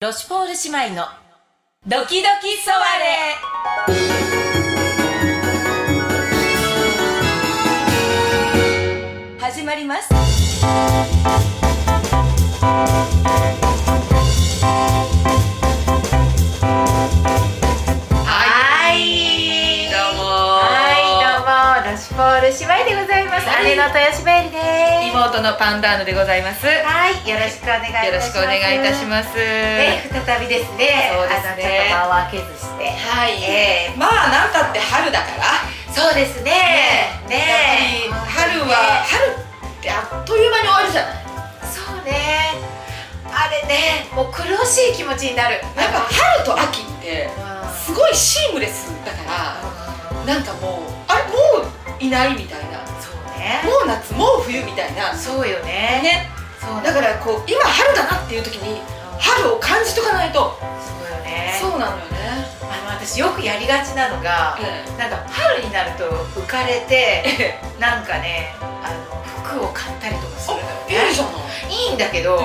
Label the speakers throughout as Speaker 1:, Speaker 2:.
Speaker 1: ロシュポール姉妹のドキドキソワレ始まりますはい
Speaker 2: どうも
Speaker 1: はいどうもロシュポール姉妹でございます、
Speaker 2: はい
Speaker 1: 姉の豊島えりです
Speaker 2: 妹のパンダーノでございます。よ
Speaker 1: はいよろしくお願いいたします
Speaker 2: ろしくお願いいたします。
Speaker 1: ね、再びですね
Speaker 2: そうですね
Speaker 1: あのちょっと間を空けずして
Speaker 2: はい、まあなんたって春だから。
Speaker 1: そうですねね
Speaker 2: やっぱり春は、春ってあっという間に終わるじゃない。
Speaker 1: そうねあれねもう苦しい気持ちになる
Speaker 2: やっぱ春と秋って
Speaker 1: ぱ
Speaker 2: すごいシームレスだから、なんかもうあれもういないみたいな、
Speaker 1: そうね
Speaker 2: もう夏もう冬みたいな。
Speaker 1: そうよね
Speaker 2: ね、
Speaker 1: そう
Speaker 2: だからこう今春だなっていう時に春を感じとかないと。
Speaker 1: そうよね
Speaker 2: うなのよね。
Speaker 1: あの私よくやりがちなのが、なんか春になると浮かれてなんかねあの服を買ったりとかするのよ
Speaker 2: ええいい
Speaker 1: ね
Speaker 2: じゃない。
Speaker 1: いいんだけど、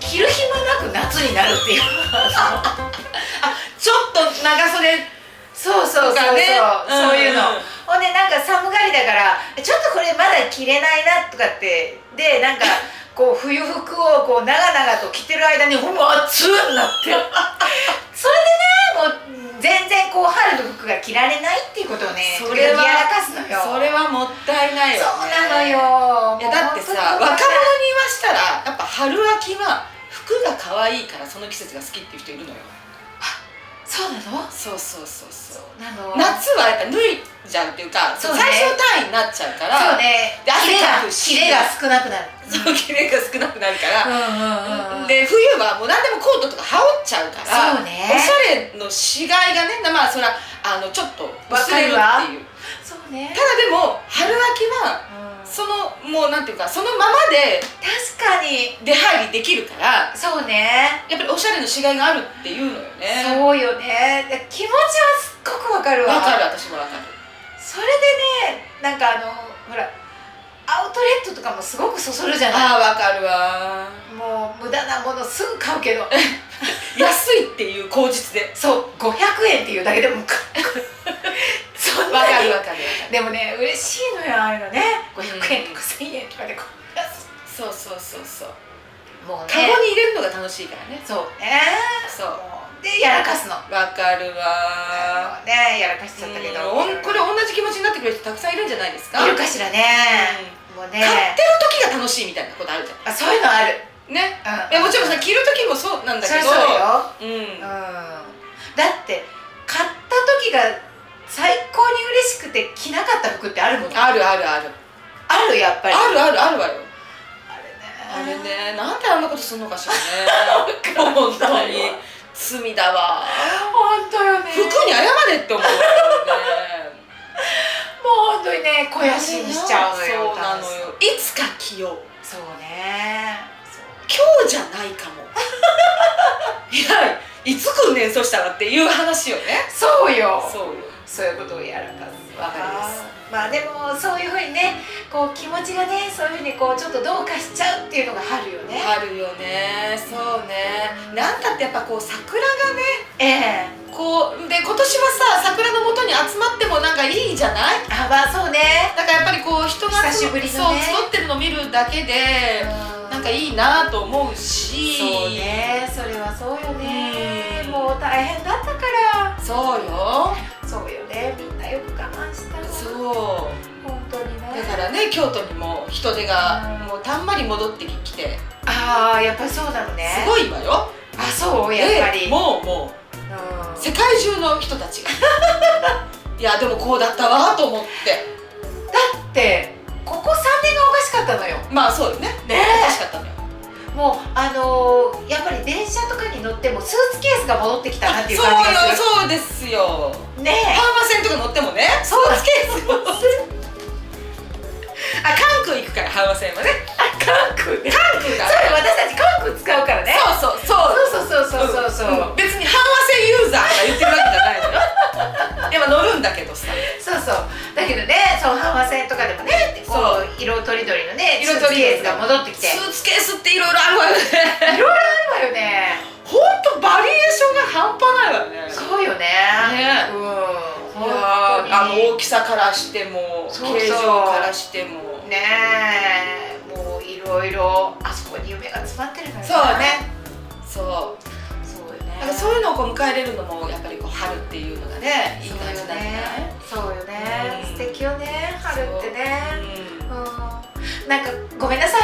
Speaker 1: 着る暇なく夏になるっていう
Speaker 2: ちょっと長袖
Speaker 1: そうそうそうそう、そういうの、ほんでなんか寒がりだからちょっとこれまだ着れないなとかってでなんかこう冬服をこう長々と着てる間にほんま暑っなってそれでねもう全然こう春の服が着られないっていうことをね
Speaker 2: それ
Speaker 1: 時々
Speaker 2: は
Speaker 1: やらかすのよ
Speaker 2: それはもったいないよ、
Speaker 1: そうなのよ
Speaker 2: いやだってさ
Speaker 1: もう
Speaker 2: 若者に言わ
Speaker 1: 本当に
Speaker 2: したらやっぱ春秋は服が可愛いからその季節が好きっていう人いるのよ
Speaker 1: そうなの
Speaker 2: そうそうそうそう
Speaker 1: なの
Speaker 2: 夏はやっぱ脱いじゃうっていうか
Speaker 1: そうね
Speaker 2: 最小単位になっちゃうから
Speaker 1: そうね
Speaker 2: で汗かくし
Speaker 1: キレがキレが少なくなる
Speaker 2: そう綺麗が少なくなるか
Speaker 1: うんうんうん
Speaker 2: ら、
Speaker 1: うん
Speaker 2: で冬はもう何でもコートとか羽織っちゃうから
Speaker 1: そうね
Speaker 2: おしゃれのしがいがねまあそれはあのちょっと薄れる
Speaker 1: わか
Speaker 2: っていう
Speaker 1: そうね
Speaker 2: ただでも春秋は
Speaker 1: うん
Speaker 2: そのもうなんていうかそのままで
Speaker 1: 確かに
Speaker 2: 出入りできるから
Speaker 1: そうね
Speaker 2: やっぱりおしゃれのしがいがあるっていうのよね
Speaker 1: そうよねで気持ちはすっごくわかるわ
Speaker 2: わかる私もわかる
Speaker 1: それでねなんかあのほらアウトレットとかもすごくそそるじゃない
Speaker 2: ああわかるわ
Speaker 1: もう無駄なものすぐ買うけど
Speaker 2: 安いっていう口実で
Speaker 1: そう500円っていうだけでも買うそん
Speaker 2: わか
Speaker 1: なに
Speaker 2: るわかるわかる
Speaker 1: でもね嬉しいのよああいうのね500円
Speaker 2: う
Speaker 1: と
Speaker 2: ん
Speaker 1: か1000円とかでこ
Speaker 2: そうそうそうそう
Speaker 1: うもう
Speaker 2: カゴに
Speaker 1: ね
Speaker 2: 入れるのが楽しいからね
Speaker 1: そうね
Speaker 2: そう
Speaker 1: もうでやらかすの
Speaker 2: わかるわ
Speaker 1: もうねやらかしちゃったけど
Speaker 2: うんおんこれ同じ気持ちになってくれる人たくさんいるんじゃないですか
Speaker 1: いるかしらね、もう
Speaker 2: うん
Speaker 1: ね
Speaker 2: 買ってる時が楽しいみたいなことあるじゃ
Speaker 1: あそういうのある
Speaker 2: んね
Speaker 1: うん
Speaker 2: いやもちろんさ着る時もそうなんだ
Speaker 1: そ
Speaker 2: け
Speaker 1: り
Speaker 2: ど
Speaker 1: ゃそうよ、
Speaker 2: うん
Speaker 1: うん、だって買った時が最高に嬉しくて着なかった服ってあるもん
Speaker 2: あるあるある
Speaker 1: あるやっぱり
Speaker 2: あるあるあるわよあ
Speaker 1: あ
Speaker 2: れ
Speaker 1: れね
Speaker 2: ね、なんであんなことするのか しらね。本当に罪だわ。
Speaker 1: 本当よね
Speaker 2: 服に謝れって思うよね。
Speaker 1: もう本当にね肥やしにしちゃうのよ
Speaker 2: そうなのよ。いつか着よう。
Speaker 1: そうね
Speaker 2: 今日じゃないか も。いや、いつ来んねんそしたらっていう話よね。
Speaker 1: そうよそう
Speaker 2: そうよ。
Speaker 1: いうことをやらかす
Speaker 2: わかります
Speaker 1: まあでもそういうふうにねこう気持ちがねそういうふうにこうちょっとどうかしちゃうっていうのが春よね
Speaker 2: あるよね。そうね。なんだってやっぱこう桜がね。
Speaker 1: ええ
Speaker 2: こうで今年はさ桜のもとに集まってもなんかいいじゃない
Speaker 1: あまあそうね
Speaker 2: だからやっぱりこう人が
Speaker 1: 久しぶりのね
Speaker 2: そう集ってるの見るだけでなんかいいなと思うし
Speaker 1: そうねそれはそうよね
Speaker 2: うん
Speaker 1: もう大変だったから
Speaker 2: そうよ
Speaker 1: そうよねみんなよく我慢したの
Speaker 2: そう
Speaker 1: 本当に
Speaker 2: だ
Speaker 1: ね
Speaker 2: からね京都にも人手がもうたんまり戻ってきて
Speaker 1: ああやっぱりそうなのね
Speaker 2: すごいわよ
Speaker 1: あそうやっぱり
Speaker 2: でもうもう世界中の人たち がいやでもこうだったわと思って
Speaker 1: うんでここ3年がおかしかったのよ
Speaker 2: まあそうよね
Speaker 1: ね
Speaker 2: おかしかったのよ
Speaker 1: もうあのーやっぱり電車とかに乗ってもスーツケースが戻ってきたなっていう
Speaker 2: そう
Speaker 1: 感
Speaker 2: よ
Speaker 1: じがす
Speaker 2: そうですよ
Speaker 1: るね
Speaker 2: パーマ線とか乗ってもねそうスーツケースよあ関空行くからパーマ線はね
Speaker 1: あ韓国ね
Speaker 2: 韓国だ
Speaker 1: そうよ私たち韓国使うからね
Speaker 2: そうそうそう
Speaker 1: そうそうそうそうそうそう、
Speaker 2: ん別に半和線ユーザーが言ってるわけじ ゃないのよでも乗るんだけどさ
Speaker 1: そうそうだけどねその浜線とかでもねこう色とりどりのね色
Speaker 2: 色
Speaker 1: と
Speaker 2: と
Speaker 1: り
Speaker 2: りどりの
Speaker 1: ケースが戻ってきて
Speaker 2: スーツケースっていろいろあるわよね
Speaker 1: あるわよね
Speaker 2: ほんとバ
Speaker 1: よね
Speaker 2: ね
Speaker 1: うん
Speaker 2: いやーあ
Speaker 1: 本当に
Speaker 2: の大きさからしても
Speaker 1: そうそう
Speaker 2: 形状からしても
Speaker 1: ねえもういろいろあそこに夢が詰まってるからな
Speaker 2: そうねそう
Speaker 1: そうよ
Speaker 2: だ
Speaker 1: ね
Speaker 2: からそういうのをこう迎え入れるのもやっぱりこう春っていうのがねいい
Speaker 1: そう
Speaker 2: 感じ
Speaker 1: よ
Speaker 2: なんじゃない
Speaker 1: ねそうよね
Speaker 2: うん
Speaker 1: 素敵よね春ってね
Speaker 2: うん
Speaker 1: うんなんかごめんなさい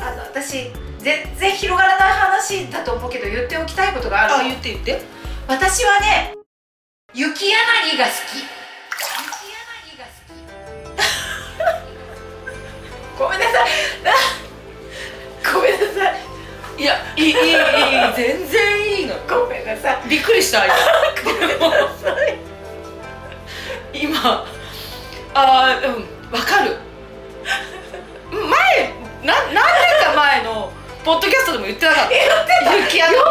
Speaker 1: あの私全然広がらない話だと思うけど言っておきたいことがあるの
Speaker 2: あ言って言って
Speaker 1: 私はね雪柳が好きごめんなさいなごめんなさい
Speaker 2: いやいいいいいい全然いいの
Speaker 1: ごめんなさい
Speaker 2: びっくりした今 今あーうんわかる前な何年か前のポッドキャストでも言ってなかった
Speaker 1: 言ってた
Speaker 2: 雪柳
Speaker 1: 好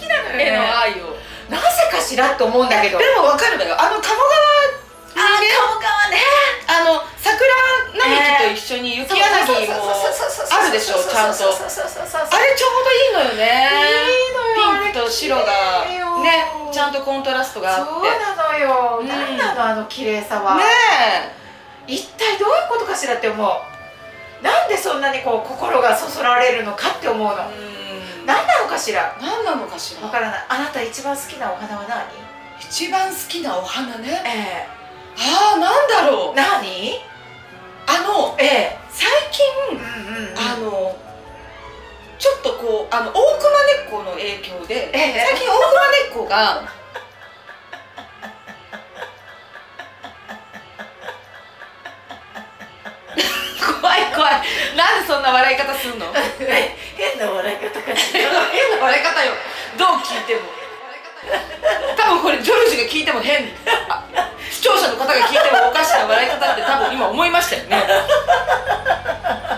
Speaker 1: きなのよね
Speaker 2: への愛を
Speaker 1: なぜかしらと思うんだけど
Speaker 2: でもわかるのよあの鴨
Speaker 1: あ鴨川ね
Speaker 2: 川あの桜並木と一緒に雪柳もあるでしょちゃんと
Speaker 1: そうそうそうそう
Speaker 2: あれちょうどいいのよねピンクと白が
Speaker 1: いいのよ
Speaker 2: ねちゃんとコントラストがあ
Speaker 1: そ
Speaker 2: っ
Speaker 1: う
Speaker 2: て
Speaker 1: なのよ、
Speaker 2: うん
Speaker 1: なんなのあの綺麗さは、
Speaker 2: ね
Speaker 1: 一体どういうことかしらって思うなんでそんなにこう心がそそられるのかって思うの、なん、
Speaker 2: えうん
Speaker 1: 何なのかしら
Speaker 2: 何なのかし
Speaker 1: わ
Speaker 2: ら
Speaker 1: からないあなた一番好きなお花は何
Speaker 2: 一番好きなお花ね
Speaker 1: え
Speaker 2: ああなんだ
Speaker 1: え
Speaker 2: ろう
Speaker 1: 何
Speaker 2: あの
Speaker 1: ええ
Speaker 2: 最近
Speaker 1: うんうんうん
Speaker 2: あのちょっとこうあの大熊猫の影響で
Speaker 1: ええ
Speaker 2: 最近大熊猫が怖い怖いなんでそんな笑い方すんの
Speaker 1: 変な笑い方かし
Speaker 2: 変
Speaker 1: ら
Speaker 2: な笑い方よどう聞いても多分これジョルジュが聞いても変あ視聴者の方が聞いてもおかしな笑い方って多分今思いましたよね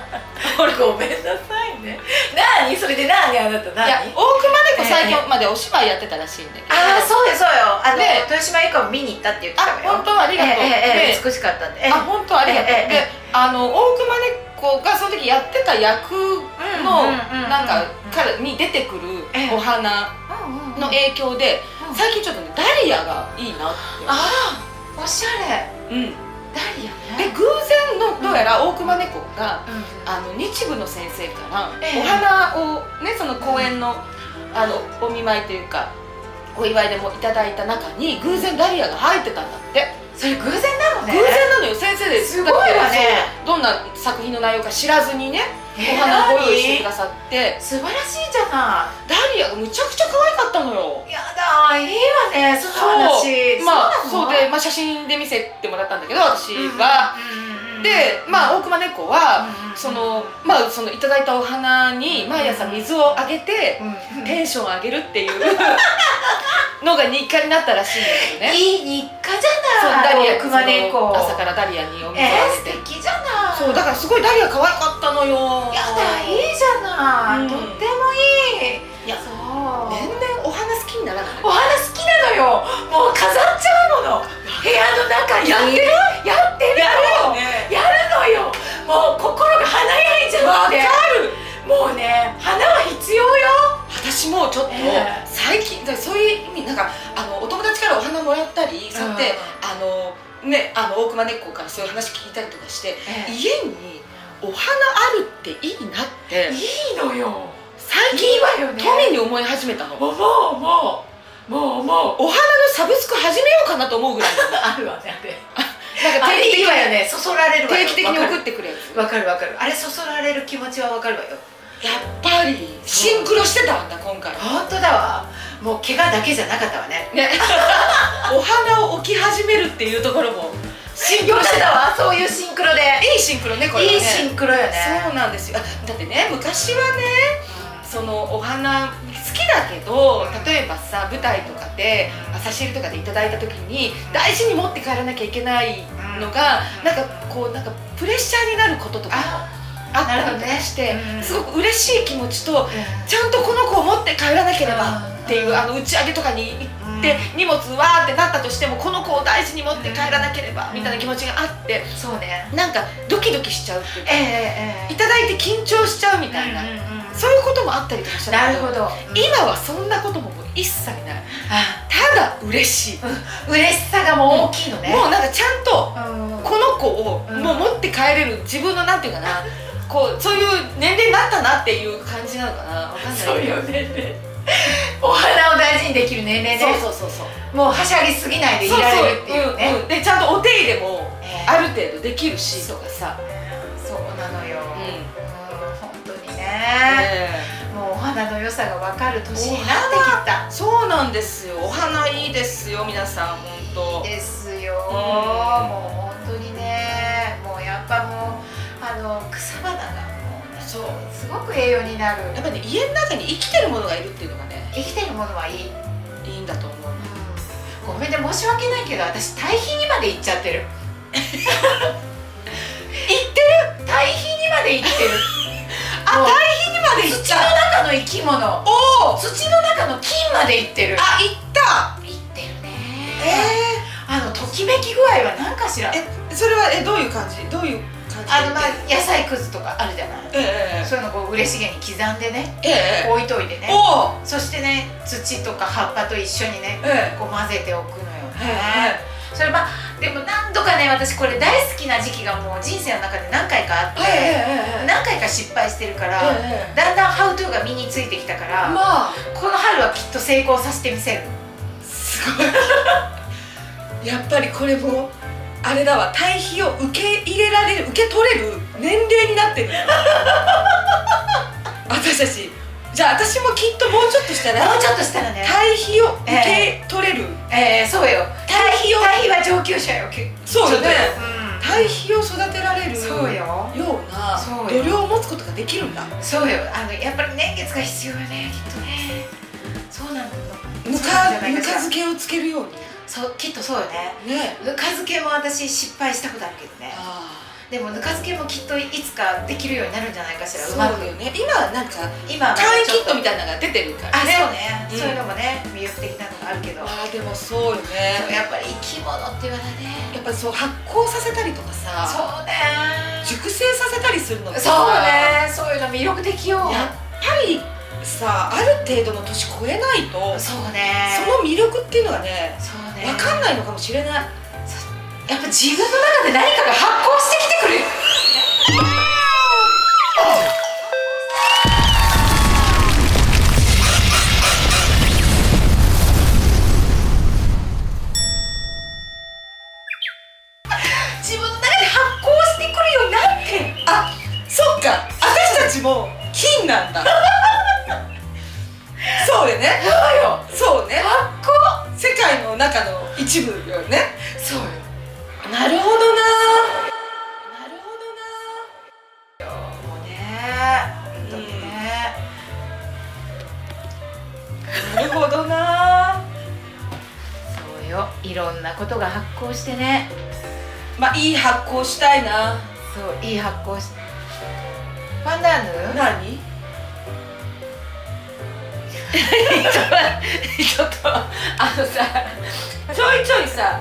Speaker 2: 俺
Speaker 1: ごめんなさいね何それで何あなた
Speaker 2: いや
Speaker 1: 何
Speaker 2: 大熊猫最
Speaker 1: え
Speaker 2: 近までお芝居やってたらしいんだけど
Speaker 1: ああそうよそうよあの、
Speaker 2: ね
Speaker 1: 豊島由香を見に行ったって言ってた
Speaker 2: あ
Speaker 1: のよ
Speaker 2: 本当ありがとう、
Speaker 1: ええええ
Speaker 2: で
Speaker 1: 美しかったんでええ
Speaker 2: あ本当ありがとう、
Speaker 1: ええええ
Speaker 2: であの大熊猫がその時やってた役の
Speaker 1: うんうんうんうん
Speaker 2: なんか彼に出てくる
Speaker 1: ええ
Speaker 2: お花
Speaker 1: うんうん
Speaker 2: の影響で
Speaker 1: うん
Speaker 2: 最近ちょっとねダリアがいいなっ
Speaker 1: ああおしゃれ
Speaker 2: てうん
Speaker 1: ダリア
Speaker 2: で
Speaker 1: ね
Speaker 2: 偶然のどうやら大熊猫が
Speaker 1: うん
Speaker 2: あの日舞の先生から
Speaker 1: ええ
Speaker 2: お花をねその公演のあのお見舞いというかお祝いでもいただいた中に偶然ダリアが入ってたんだって
Speaker 1: それ偶然なのね
Speaker 2: 偶然なのよ先生です
Speaker 1: ごいわね
Speaker 2: だってそうどんな作品の内容か知らずにねお
Speaker 1: え
Speaker 2: 花をご用意してく
Speaker 1: 何
Speaker 2: ださって
Speaker 1: 素晴らしいじゃな
Speaker 2: ダリアがむちゃくちゃ可愛かったのよ
Speaker 1: いやだいいわねその話
Speaker 2: まあ
Speaker 1: な
Speaker 2: そう
Speaker 1: の
Speaker 2: で、まあ、写真で見せてもらったんだけど私は、
Speaker 1: うんうんうん
Speaker 2: でまあ大熊猫は、
Speaker 1: うんうん
Speaker 2: そのまあそのいただいたお花に毎朝水をあげて、
Speaker 1: うん
Speaker 2: テンション上げるっていう のが日課になったらしいんですよね
Speaker 1: いい日課じ
Speaker 2: そう
Speaker 1: ゃ
Speaker 2: ダ
Speaker 1: ない
Speaker 2: リア
Speaker 1: 大熊猫
Speaker 2: 朝からダリアにお水を
Speaker 1: えー
Speaker 2: あ
Speaker 1: 素
Speaker 2: げて、
Speaker 1: 敵じゃない
Speaker 2: そうだからすごいダリア可愛かったのよ
Speaker 1: やだいいじゃない、
Speaker 2: うん
Speaker 1: とってもいい
Speaker 2: いや
Speaker 1: そう
Speaker 2: 年々お花好きにならない
Speaker 1: お花好きなのよもう飾っちゃうもの部屋の中に
Speaker 2: やって
Speaker 1: るやってるのよ
Speaker 2: ね
Speaker 1: やるのよもう心が華やいじゃ
Speaker 2: わ
Speaker 1: ん
Speaker 2: かる
Speaker 1: もうね花は必要よ
Speaker 2: 私もちょっと
Speaker 1: ええ
Speaker 2: 最近、だからそういう意味なんかあのお友達からお花もらったりそうやって、あのねあの大熊猫からそういう話聞いたりとかして
Speaker 1: い
Speaker 2: 家にお花あるっていいなって
Speaker 1: いのよ
Speaker 2: 最
Speaker 1: い
Speaker 2: 近
Speaker 1: いわよね
Speaker 2: 富に思い始めたのお花の
Speaker 1: もうもうもうもうもう
Speaker 2: サブスク始めようかなと思うぐらい
Speaker 1: あるわねあれ
Speaker 2: なんか
Speaker 1: あ
Speaker 2: 定
Speaker 1: れ
Speaker 2: 期
Speaker 1: いい
Speaker 2: 的
Speaker 1: わよねそそられるわよ
Speaker 2: 定期的に送
Speaker 1: っ
Speaker 2: ってくれるや
Speaker 1: わかるわかるあれそそられる気持ちはわかるわよ
Speaker 2: っぱりシンクロしてたんだ今回
Speaker 1: 本当だわもう怪我だけじゃなかったわね
Speaker 2: ね、 お花を置き始めるっていうところもシンク
Speaker 1: よ
Speaker 2: ロ
Speaker 1: か
Speaker 2: して
Speaker 1: ったたわそういうシンクロで
Speaker 2: いいシンクロねこれはね
Speaker 1: いいシンクロよね
Speaker 2: そうなんですよあだってね昔はねそのお花好きだけど例えばさ舞台とかであ差し入れとかでいただいた時に大事に持って帰らなきゃいけないのが
Speaker 1: うん
Speaker 2: なんかこうなんかプレッシャーになることとかも
Speaker 1: あ
Speaker 2: あったりとかしてすごく嬉しい気持ちとちゃんとこの子を持って帰らなければっていうあの打ち上げとかに行って。で荷物わーってなったとしてもこの子を大事に持って帰らなければみたいな気持ちがあって
Speaker 1: そうね
Speaker 2: なんかドキドキしちゃうっていう
Speaker 1: ええ
Speaker 2: か
Speaker 1: ええ
Speaker 2: いただいて緊張しちゃうみ
Speaker 1: み
Speaker 2: たいな
Speaker 1: な
Speaker 2: そういうこともあったりとかしたんだ
Speaker 1: な
Speaker 2: け
Speaker 1: る
Speaker 2: ど
Speaker 1: ほど
Speaker 2: 今はそんなことも一切ない
Speaker 1: あ
Speaker 2: ただ嬉しい、
Speaker 1: 嬉しさがもう大きいのね、
Speaker 2: もうなんかちゃんと
Speaker 1: うん
Speaker 2: この子を
Speaker 1: うん
Speaker 2: もう持って帰れる自分のなんていうかなこうそういう年齢になったなっていう感じなのかなわかんない
Speaker 1: そうよねお花を大事にできる年齢で
Speaker 2: そうそうそうそう
Speaker 1: もうはしゃぎすぎないでいられるっていう
Speaker 2: そうそう
Speaker 1: ね
Speaker 2: んうんでちゃんとお手入れも
Speaker 1: えー
Speaker 2: ある程度できるしとかさ、
Speaker 1: そうなのよ、う
Speaker 2: うん
Speaker 1: ん、本当にね
Speaker 2: え
Speaker 1: もうお花の良さが分かる年になってきた
Speaker 2: ーそうなんですよお花いいですよ皆さん本当
Speaker 1: ですよ、
Speaker 2: うん
Speaker 1: もう本当にねもうやっぱもうあの草花がもうね
Speaker 2: そう
Speaker 1: すごく栄養になる
Speaker 2: やっぱね家の中に生きてるものがいるっていうのがね
Speaker 1: 生きてるものはいい、うん、
Speaker 2: いいんだと思う
Speaker 1: ごめんね申し訳ないけど私堆肥にまで行っちゃ ってる行ってる堆肥にまで行って る
Speaker 2: あ
Speaker 1: もう
Speaker 2: 堆肥にまで行っち
Speaker 1: 土
Speaker 2: ゃう
Speaker 1: の中の生き物
Speaker 2: おお
Speaker 1: 土の中の菌まで行ってる
Speaker 2: あ行った
Speaker 1: 行ってるね
Speaker 2: え
Speaker 1: あのときめき具合は何かしら
Speaker 2: ー、えそれはえどういう感じどういう感じ
Speaker 1: あのまあ野菜くずとかあるじゃない
Speaker 2: ええ
Speaker 1: そういうのこう嬉しげに刻んでね
Speaker 2: ええ
Speaker 1: 置いといて
Speaker 2: え
Speaker 1: ね
Speaker 2: おお
Speaker 1: そしてね土とか葉っぱと一緒にね
Speaker 2: え
Speaker 1: こう混ぜておくのよ
Speaker 2: え
Speaker 1: ねそれまあでも何度かね私これ大好きな時期がもう人生の中で何回かあっ
Speaker 2: ええ
Speaker 1: て
Speaker 2: ええええ
Speaker 1: 何回か失敗してるから
Speaker 2: ええ
Speaker 1: だんだんハウトゥーが身についてきたから
Speaker 2: まあ
Speaker 1: この春はきっと成功させてみせる
Speaker 2: すごいやっぱりこれもあれだわ対比を受け入れられる受け取れる年齢になってる私たちじゃあ私もきっともうちょっとした
Speaker 1: も
Speaker 2: ら
Speaker 1: うちょっとしたらね
Speaker 2: 対比を受け取れる、
Speaker 1: えー、そうよ
Speaker 2: 対比を
Speaker 1: 対比は上級者よ結
Speaker 2: そうよね
Speaker 1: うん
Speaker 2: 対比を育てられる
Speaker 1: そうよ
Speaker 2: ような
Speaker 1: そうよ
Speaker 2: 度量を持つことができるんだ
Speaker 1: そうよあのやっぱり年月が必要よねきっとねそうなんだよ
Speaker 2: ぬ
Speaker 1: そうなんじゃ
Speaker 2: か
Speaker 1: ない
Speaker 2: ぬ
Speaker 1: かしら
Speaker 2: か付けをつけるように
Speaker 1: そうきっとそうよね
Speaker 2: ね
Speaker 1: ぬか漬けも私失敗したことあるけどね
Speaker 2: あ
Speaker 1: でもぬか漬けもきっといつかできるようになるんじゃないかしら
Speaker 2: そうう
Speaker 1: まく
Speaker 2: よね今はなんか
Speaker 1: 今はまだ
Speaker 2: 簡易
Speaker 1: ちょ
Speaker 2: キ
Speaker 1: っ
Speaker 2: ッ
Speaker 1: と
Speaker 2: トみたいなのが出てるから
Speaker 1: あ
Speaker 2: ね
Speaker 1: そうね、
Speaker 2: うん
Speaker 1: そういうのもね魅力的なのがあるけど
Speaker 2: あーでもそう
Speaker 1: そ
Speaker 2: よ
Speaker 1: う
Speaker 2: ね
Speaker 1: やっぱり生き物っていうのはね
Speaker 2: やっぱりそう発酵させたりとかさ
Speaker 1: そうね
Speaker 2: 熟成させたりするのってさ
Speaker 1: そうねそういうの魅力的よ
Speaker 2: やっぱりさある程度の年超えないとそ
Speaker 1: そうね
Speaker 2: の魅力っていうのがね
Speaker 1: そうね
Speaker 2: 分かんないのかもしれない
Speaker 1: やっぱ自分の中で何かが発光してきてくれる自分の中で発光してくるようになって
Speaker 2: あそっか私たちも金なんだ そうよね
Speaker 1: そうよ
Speaker 2: そうね
Speaker 1: 発
Speaker 2: 世界の中の一部よね
Speaker 1: 光そうよ
Speaker 2: なるほどななるほどな
Speaker 1: もうね本当にね、
Speaker 2: なるほどな
Speaker 1: そうよいろんなことが発光してね
Speaker 2: まあいい発酵したいな
Speaker 1: そういい発光しパンダーヌ
Speaker 2: 何ちょっとあのさちょいちょいさ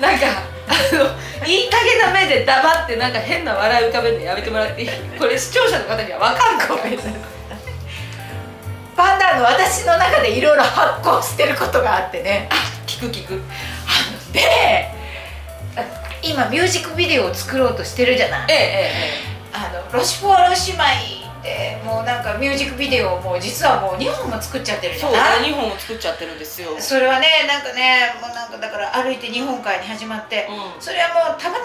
Speaker 2: なんかあのいい加減な目で黙ってなんか変な笑い浮かべるのやめてもらっていいこれ視聴者の方にはわかんごめんなさい
Speaker 1: パンダーヌ私の中でいろいろ発光してることがあってね
Speaker 2: あ聞く聞く
Speaker 1: で今ミュージックビデオを作ろうとしてるじゃない
Speaker 2: ええ
Speaker 1: あのロシュフォーロシュマイでもうなんかミュージックビデオをもう実はもう2本も作っちゃってるじゃ
Speaker 2: そう
Speaker 1: ない
Speaker 2: 2本を作っちゃってるんですよ、うん、
Speaker 1: それはねなんかねもうなんかだから歩いて日本海に始まって、それはもうたまた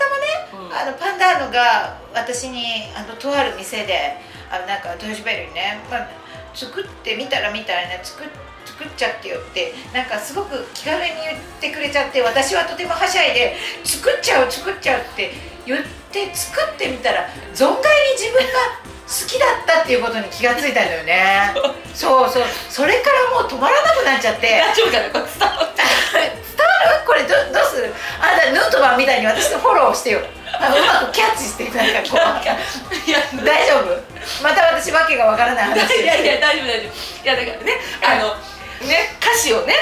Speaker 1: まねあのパンダーノが私にあのとある店であのなんかトヨシベルにね、まあ、作ってみたらみたいな作っ作っちゃってよってなんかすごく気軽に言ってくれちゃって私はとてもはしゃいで作っちゃう作っちゃうって言って作ってみたら存外に自分が好きだったっていうことに気がついたのよねそうそうそれからもう止まらなくなっちゃって
Speaker 2: 大丈夫かなこれ伝 わった
Speaker 1: これどどうするあなたヌートバーみたいに私のフォローをしてよあのうまくキャッチしてなんかこ
Speaker 2: な
Speaker 1: う
Speaker 2: ん か いや
Speaker 1: 大丈夫また私わけがわからない話
Speaker 2: いやいや大丈夫大丈夫いやだからねあのね歌詞をね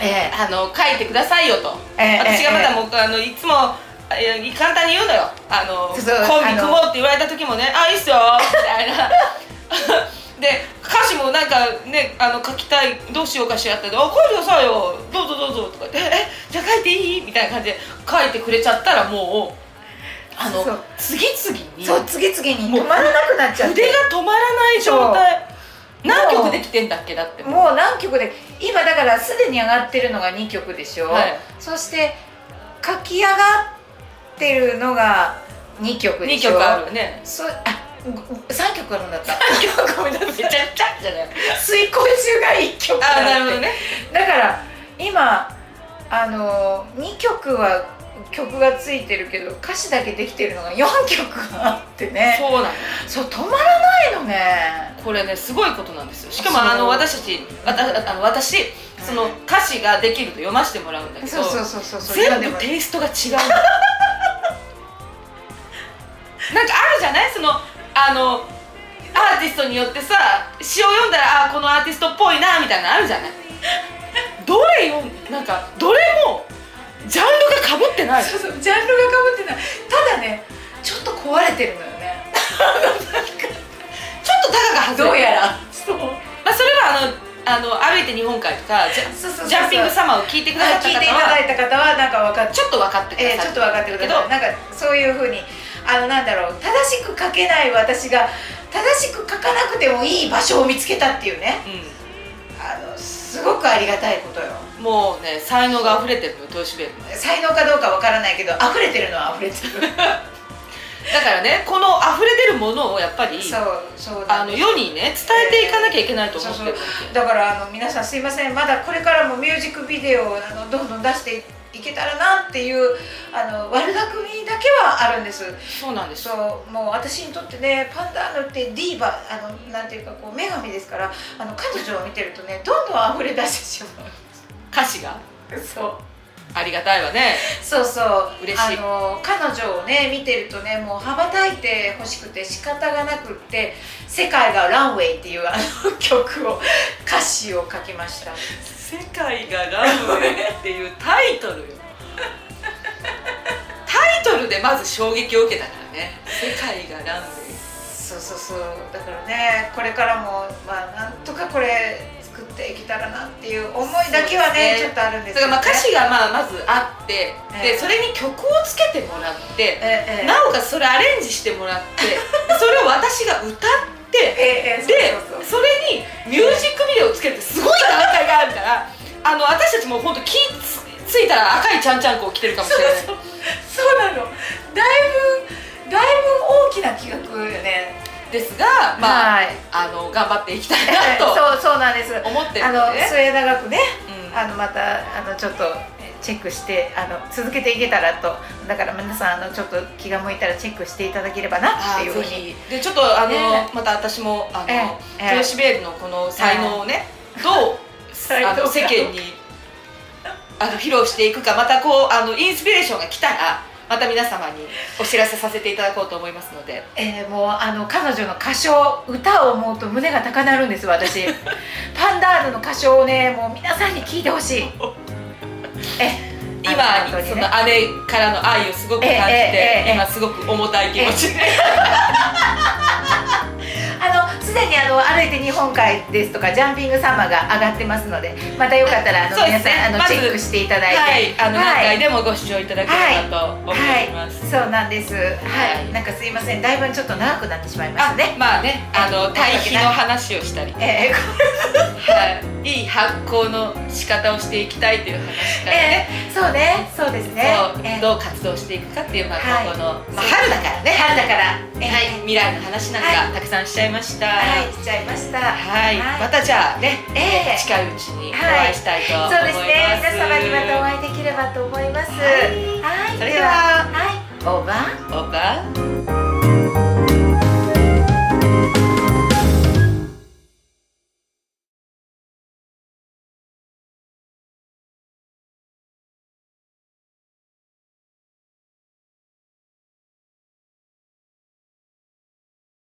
Speaker 1: ええ
Speaker 2: あの書いてくださいよと、
Speaker 1: ええ
Speaker 2: 私がま
Speaker 1: え
Speaker 2: た
Speaker 1: え
Speaker 2: もう、あのいつもいや簡単に言うのよあの
Speaker 1: そう
Speaker 2: コン
Speaker 1: あ
Speaker 2: ビ
Speaker 1: の
Speaker 2: 組もうって言われた時もね「あいいっすよ」みたいな で歌詞もなんかねあの書きたいどうしようかしらって「あ書いてくださいよどうぞどうぞ」とかって「えじゃあ書いていい?」みたいな感じで書いてくれちゃったらもうあの
Speaker 1: そう
Speaker 2: 次々に
Speaker 1: そう次々に止まらなくなっちゃっ
Speaker 2: 筆
Speaker 1: て
Speaker 2: が止まらない状態何曲できてんだっけだって
Speaker 1: もう何曲で今だからすでに上がってるのが2曲でしょ、
Speaker 2: はい
Speaker 1: そして書き上がってるのが2曲で
Speaker 2: 2
Speaker 1: しょ
Speaker 2: 曲あるね
Speaker 1: そあ3曲あるんだった
Speaker 2: ごめんなさいめちゃくちゃじゃない
Speaker 1: 水耕中が1曲だっ
Speaker 2: あ
Speaker 1: て
Speaker 2: ーなるほどね
Speaker 1: だから今あの2曲は曲がついてるけど歌詞だけできてるのが4曲あってね
Speaker 2: そうなの
Speaker 1: そう止まらないのね
Speaker 2: これねすごいことなんですよしかも
Speaker 1: そう
Speaker 2: あの私たちわたあの私その歌詞ができると読ませてもらうんだけど
Speaker 1: そうそうそうそうそう
Speaker 2: 全
Speaker 1: 今で
Speaker 2: 部
Speaker 1: も
Speaker 2: テイストが違うのなんかあるじゃないそのあのアーティストによってさ詩を読んだらあーこのアーティストっぽいなみたいなのあるじゃないどれ読んなんかどれもジャンルがかぶってない
Speaker 1: そうそうジャンルがかぶってないただねちょっと壊れてるのよね
Speaker 2: ちょっと高が外れ
Speaker 1: どうやら
Speaker 2: そう、まあ、それはあのあの歩いて日本海とかジャ
Speaker 1: そうそうそうそう
Speaker 2: ジャンピングサマーを聞いてくださった
Speaker 1: 聞
Speaker 2: 方
Speaker 1: いていただ
Speaker 2: は
Speaker 1: た方は
Speaker 2: い
Speaker 1: なんか分かっ
Speaker 2: ちょっと分かってくださ
Speaker 1: え
Speaker 2: い
Speaker 1: ーちょっと分かってください
Speaker 2: け
Speaker 1: なんかそういうふうにあのなんだろう正しく書けない私が正しく書かなくてもいい場所を見つけたっていうね
Speaker 2: ど、
Speaker 1: あのすごくありがたいことよ
Speaker 2: うん、もうね才能が溢れてるのよトシベルの
Speaker 1: 才能かどうかわからないけど溢れてるのは溢れてる
Speaker 2: だからねこの溢れてるものをやっぱ り
Speaker 1: そうそうな
Speaker 2: あ
Speaker 1: ん
Speaker 2: の
Speaker 1: です
Speaker 2: 世にね伝えていかなきゃいけないと思ってるわけ、
Speaker 1: だからあの皆さんすいませんまだこれからもミュージックビデオをあのどんどん出していけたらなっていうあの悪巧みだけはあるんです
Speaker 2: そうなんですよ
Speaker 1: そうもう私にとってねパンダーノってディーバあのなんていうかこう女神ですからあの彼女を見てるとねどんどん溢れ出してしま
Speaker 2: 歌詞が
Speaker 1: うそう
Speaker 2: ありがたいわね
Speaker 1: そうそう
Speaker 2: 嬉しい
Speaker 1: あの彼女をね見てるとねもう羽ばたいてほしくて仕方がなくって「世界がランウェイ」っていうあの曲を歌詞を書きました
Speaker 2: 「世界がラブへ」っていうタイトルよ タイトルでまず衝撃を受けたからね「世界がラブへ」
Speaker 1: そうそうそうだからねこれからもまあなんとかこれ作っていけたらなっていう思いだけはね
Speaker 2: そうですね
Speaker 1: ちょっとあるんで
Speaker 2: だ
Speaker 1: すけど、
Speaker 2: から
Speaker 1: ね、
Speaker 2: まあ歌詞がまあまずあって
Speaker 1: え
Speaker 2: で
Speaker 1: え
Speaker 2: それに曲をつけてもらって
Speaker 1: ええええ
Speaker 2: なおかつそれアレンジしてもらってそれを私が歌って
Speaker 1: ええええ
Speaker 2: で
Speaker 1: そうそうそう
Speaker 2: それにミュージックビデオをつけるってすごい段階があるからあの私たちも本当気つついたら赤いちゃんちゃんこを着てるかもしれない
Speaker 1: そうそうなのだいぶだいぶ大きな企画よね
Speaker 2: ですがまあ、
Speaker 1: はい
Speaker 2: あの頑張っていきたい
Speaker 1: ええ
Speaker 2: なと
Speaker 1: そう そうなんです
Speaker 2: 思ってる
Speaker 1: あ
Speaker 2: の
Speaker 1: の
Speaker 2: で、ね
Speaker 1: 末永くね
Speaker 2: うん
Speaker 1: あのまたあのちょっとえチェックしてあの続けていけたらとだから皆さんあのちょっと気が向いたらチェックしていただければなっ
Speaker 2: あ
Speaker 1: ていうふ
Speaker 2: ー
Speaker 1: う
Speaker 2: ぜ
Speaker 1: に
Speaker 2: ひでちょっとあの、
Speaker 1: ね
Speaker 2: また私もあの、
Speaker 1: ええええ
Speaker 2: トヨシベールのこの才能をね、どう
Speaker 1: 才能
Speaker 2: あの世間にあの披露していくかまたこうあのインスピレーションが来たらまた皆様にお知らせさせていただこうと思いますので
Speaker 1: えーもうあの彼女の歌唱歌を思うと胸が高鳴るんです 私パンダールの歌唱をねもう皆さんに聞いてほ しいえ
Speaker 2: 今
Speaker 1: あの本当
Speaker 2: そ
Speaker 1: に
Speaker 2: の
Speaker 1: ね
Speaker 2: 姉からの愛をすごく感じ
Speaker 1: えええええ
Speaker 2: て
Speaker 1: え
Speaker 2: 今すごく重たい気持ちで
Speaker 1: あのすでにあの歩いて日本海ですとかジャンピングサマーが上がってますのでまたよかったらあの、
Speaker 2: そうで
Speaker 1: 皆
Speaker 2: す
Speaker 1: さ
Speaker 2: ね
Speaker 1: んあの、
Speaker 2: まず
Speaker 1: チェックしていただいて、
Speaker 2: はいあの何
Speaker 1: はい
Speaker 2: 回でもご視聴いただければと思い
Speaker 1: はい、
Speaker 2: ます。
Speaker 1: そうなんです。はい、
Speaker 2: はい
Speaker 1: なんかすいません、だいぶちょっと長くなってしまいました
Speaker 2: あ
Speaker 1: ね。
Speaker 2: まあねあ
Speaker 1: 申
Speaker 2: の
Speaker 1: し訳ない
Speaker 2: 対比の話をしたり、
Speaker 1: えーこ
Speaker 2: はい、いい発行の仕方をしていきたいという話からね、
Speaker 1: えーそうね、そうですね。
Speaker 2: そう
Speaker 1: えー
Speaker 2: どう活動していくかっていう、まあ、
Speaker 1: はい
Speaker 2: 今後の、まあ、
Speaker 1: そう
Speaker 2: 春だからね、
Speaker 1: 春だから、えー
Speaker 2: はい、未来の話なん
Speaker 1: は
Speaker 2: かたくさんしちゃいました。
Speaker 1: はい、しちゃいました。
Speaker 2: はい
Speaker 1: はい
Speaker 2: またじゃあね、
Speaker 1: ええ
Speaker 2: 近いうちにお会いしたいと思います。
Speaker 1: そうですね、皆様にまたお会いできればと思います。
Speaker 2: はい
Speaker 1: はい、
Speaker 2: それでは
Speaker 1: はい、オーバー。
Speaker 2: お
Speaker 1: 「
Speaker 2: ば。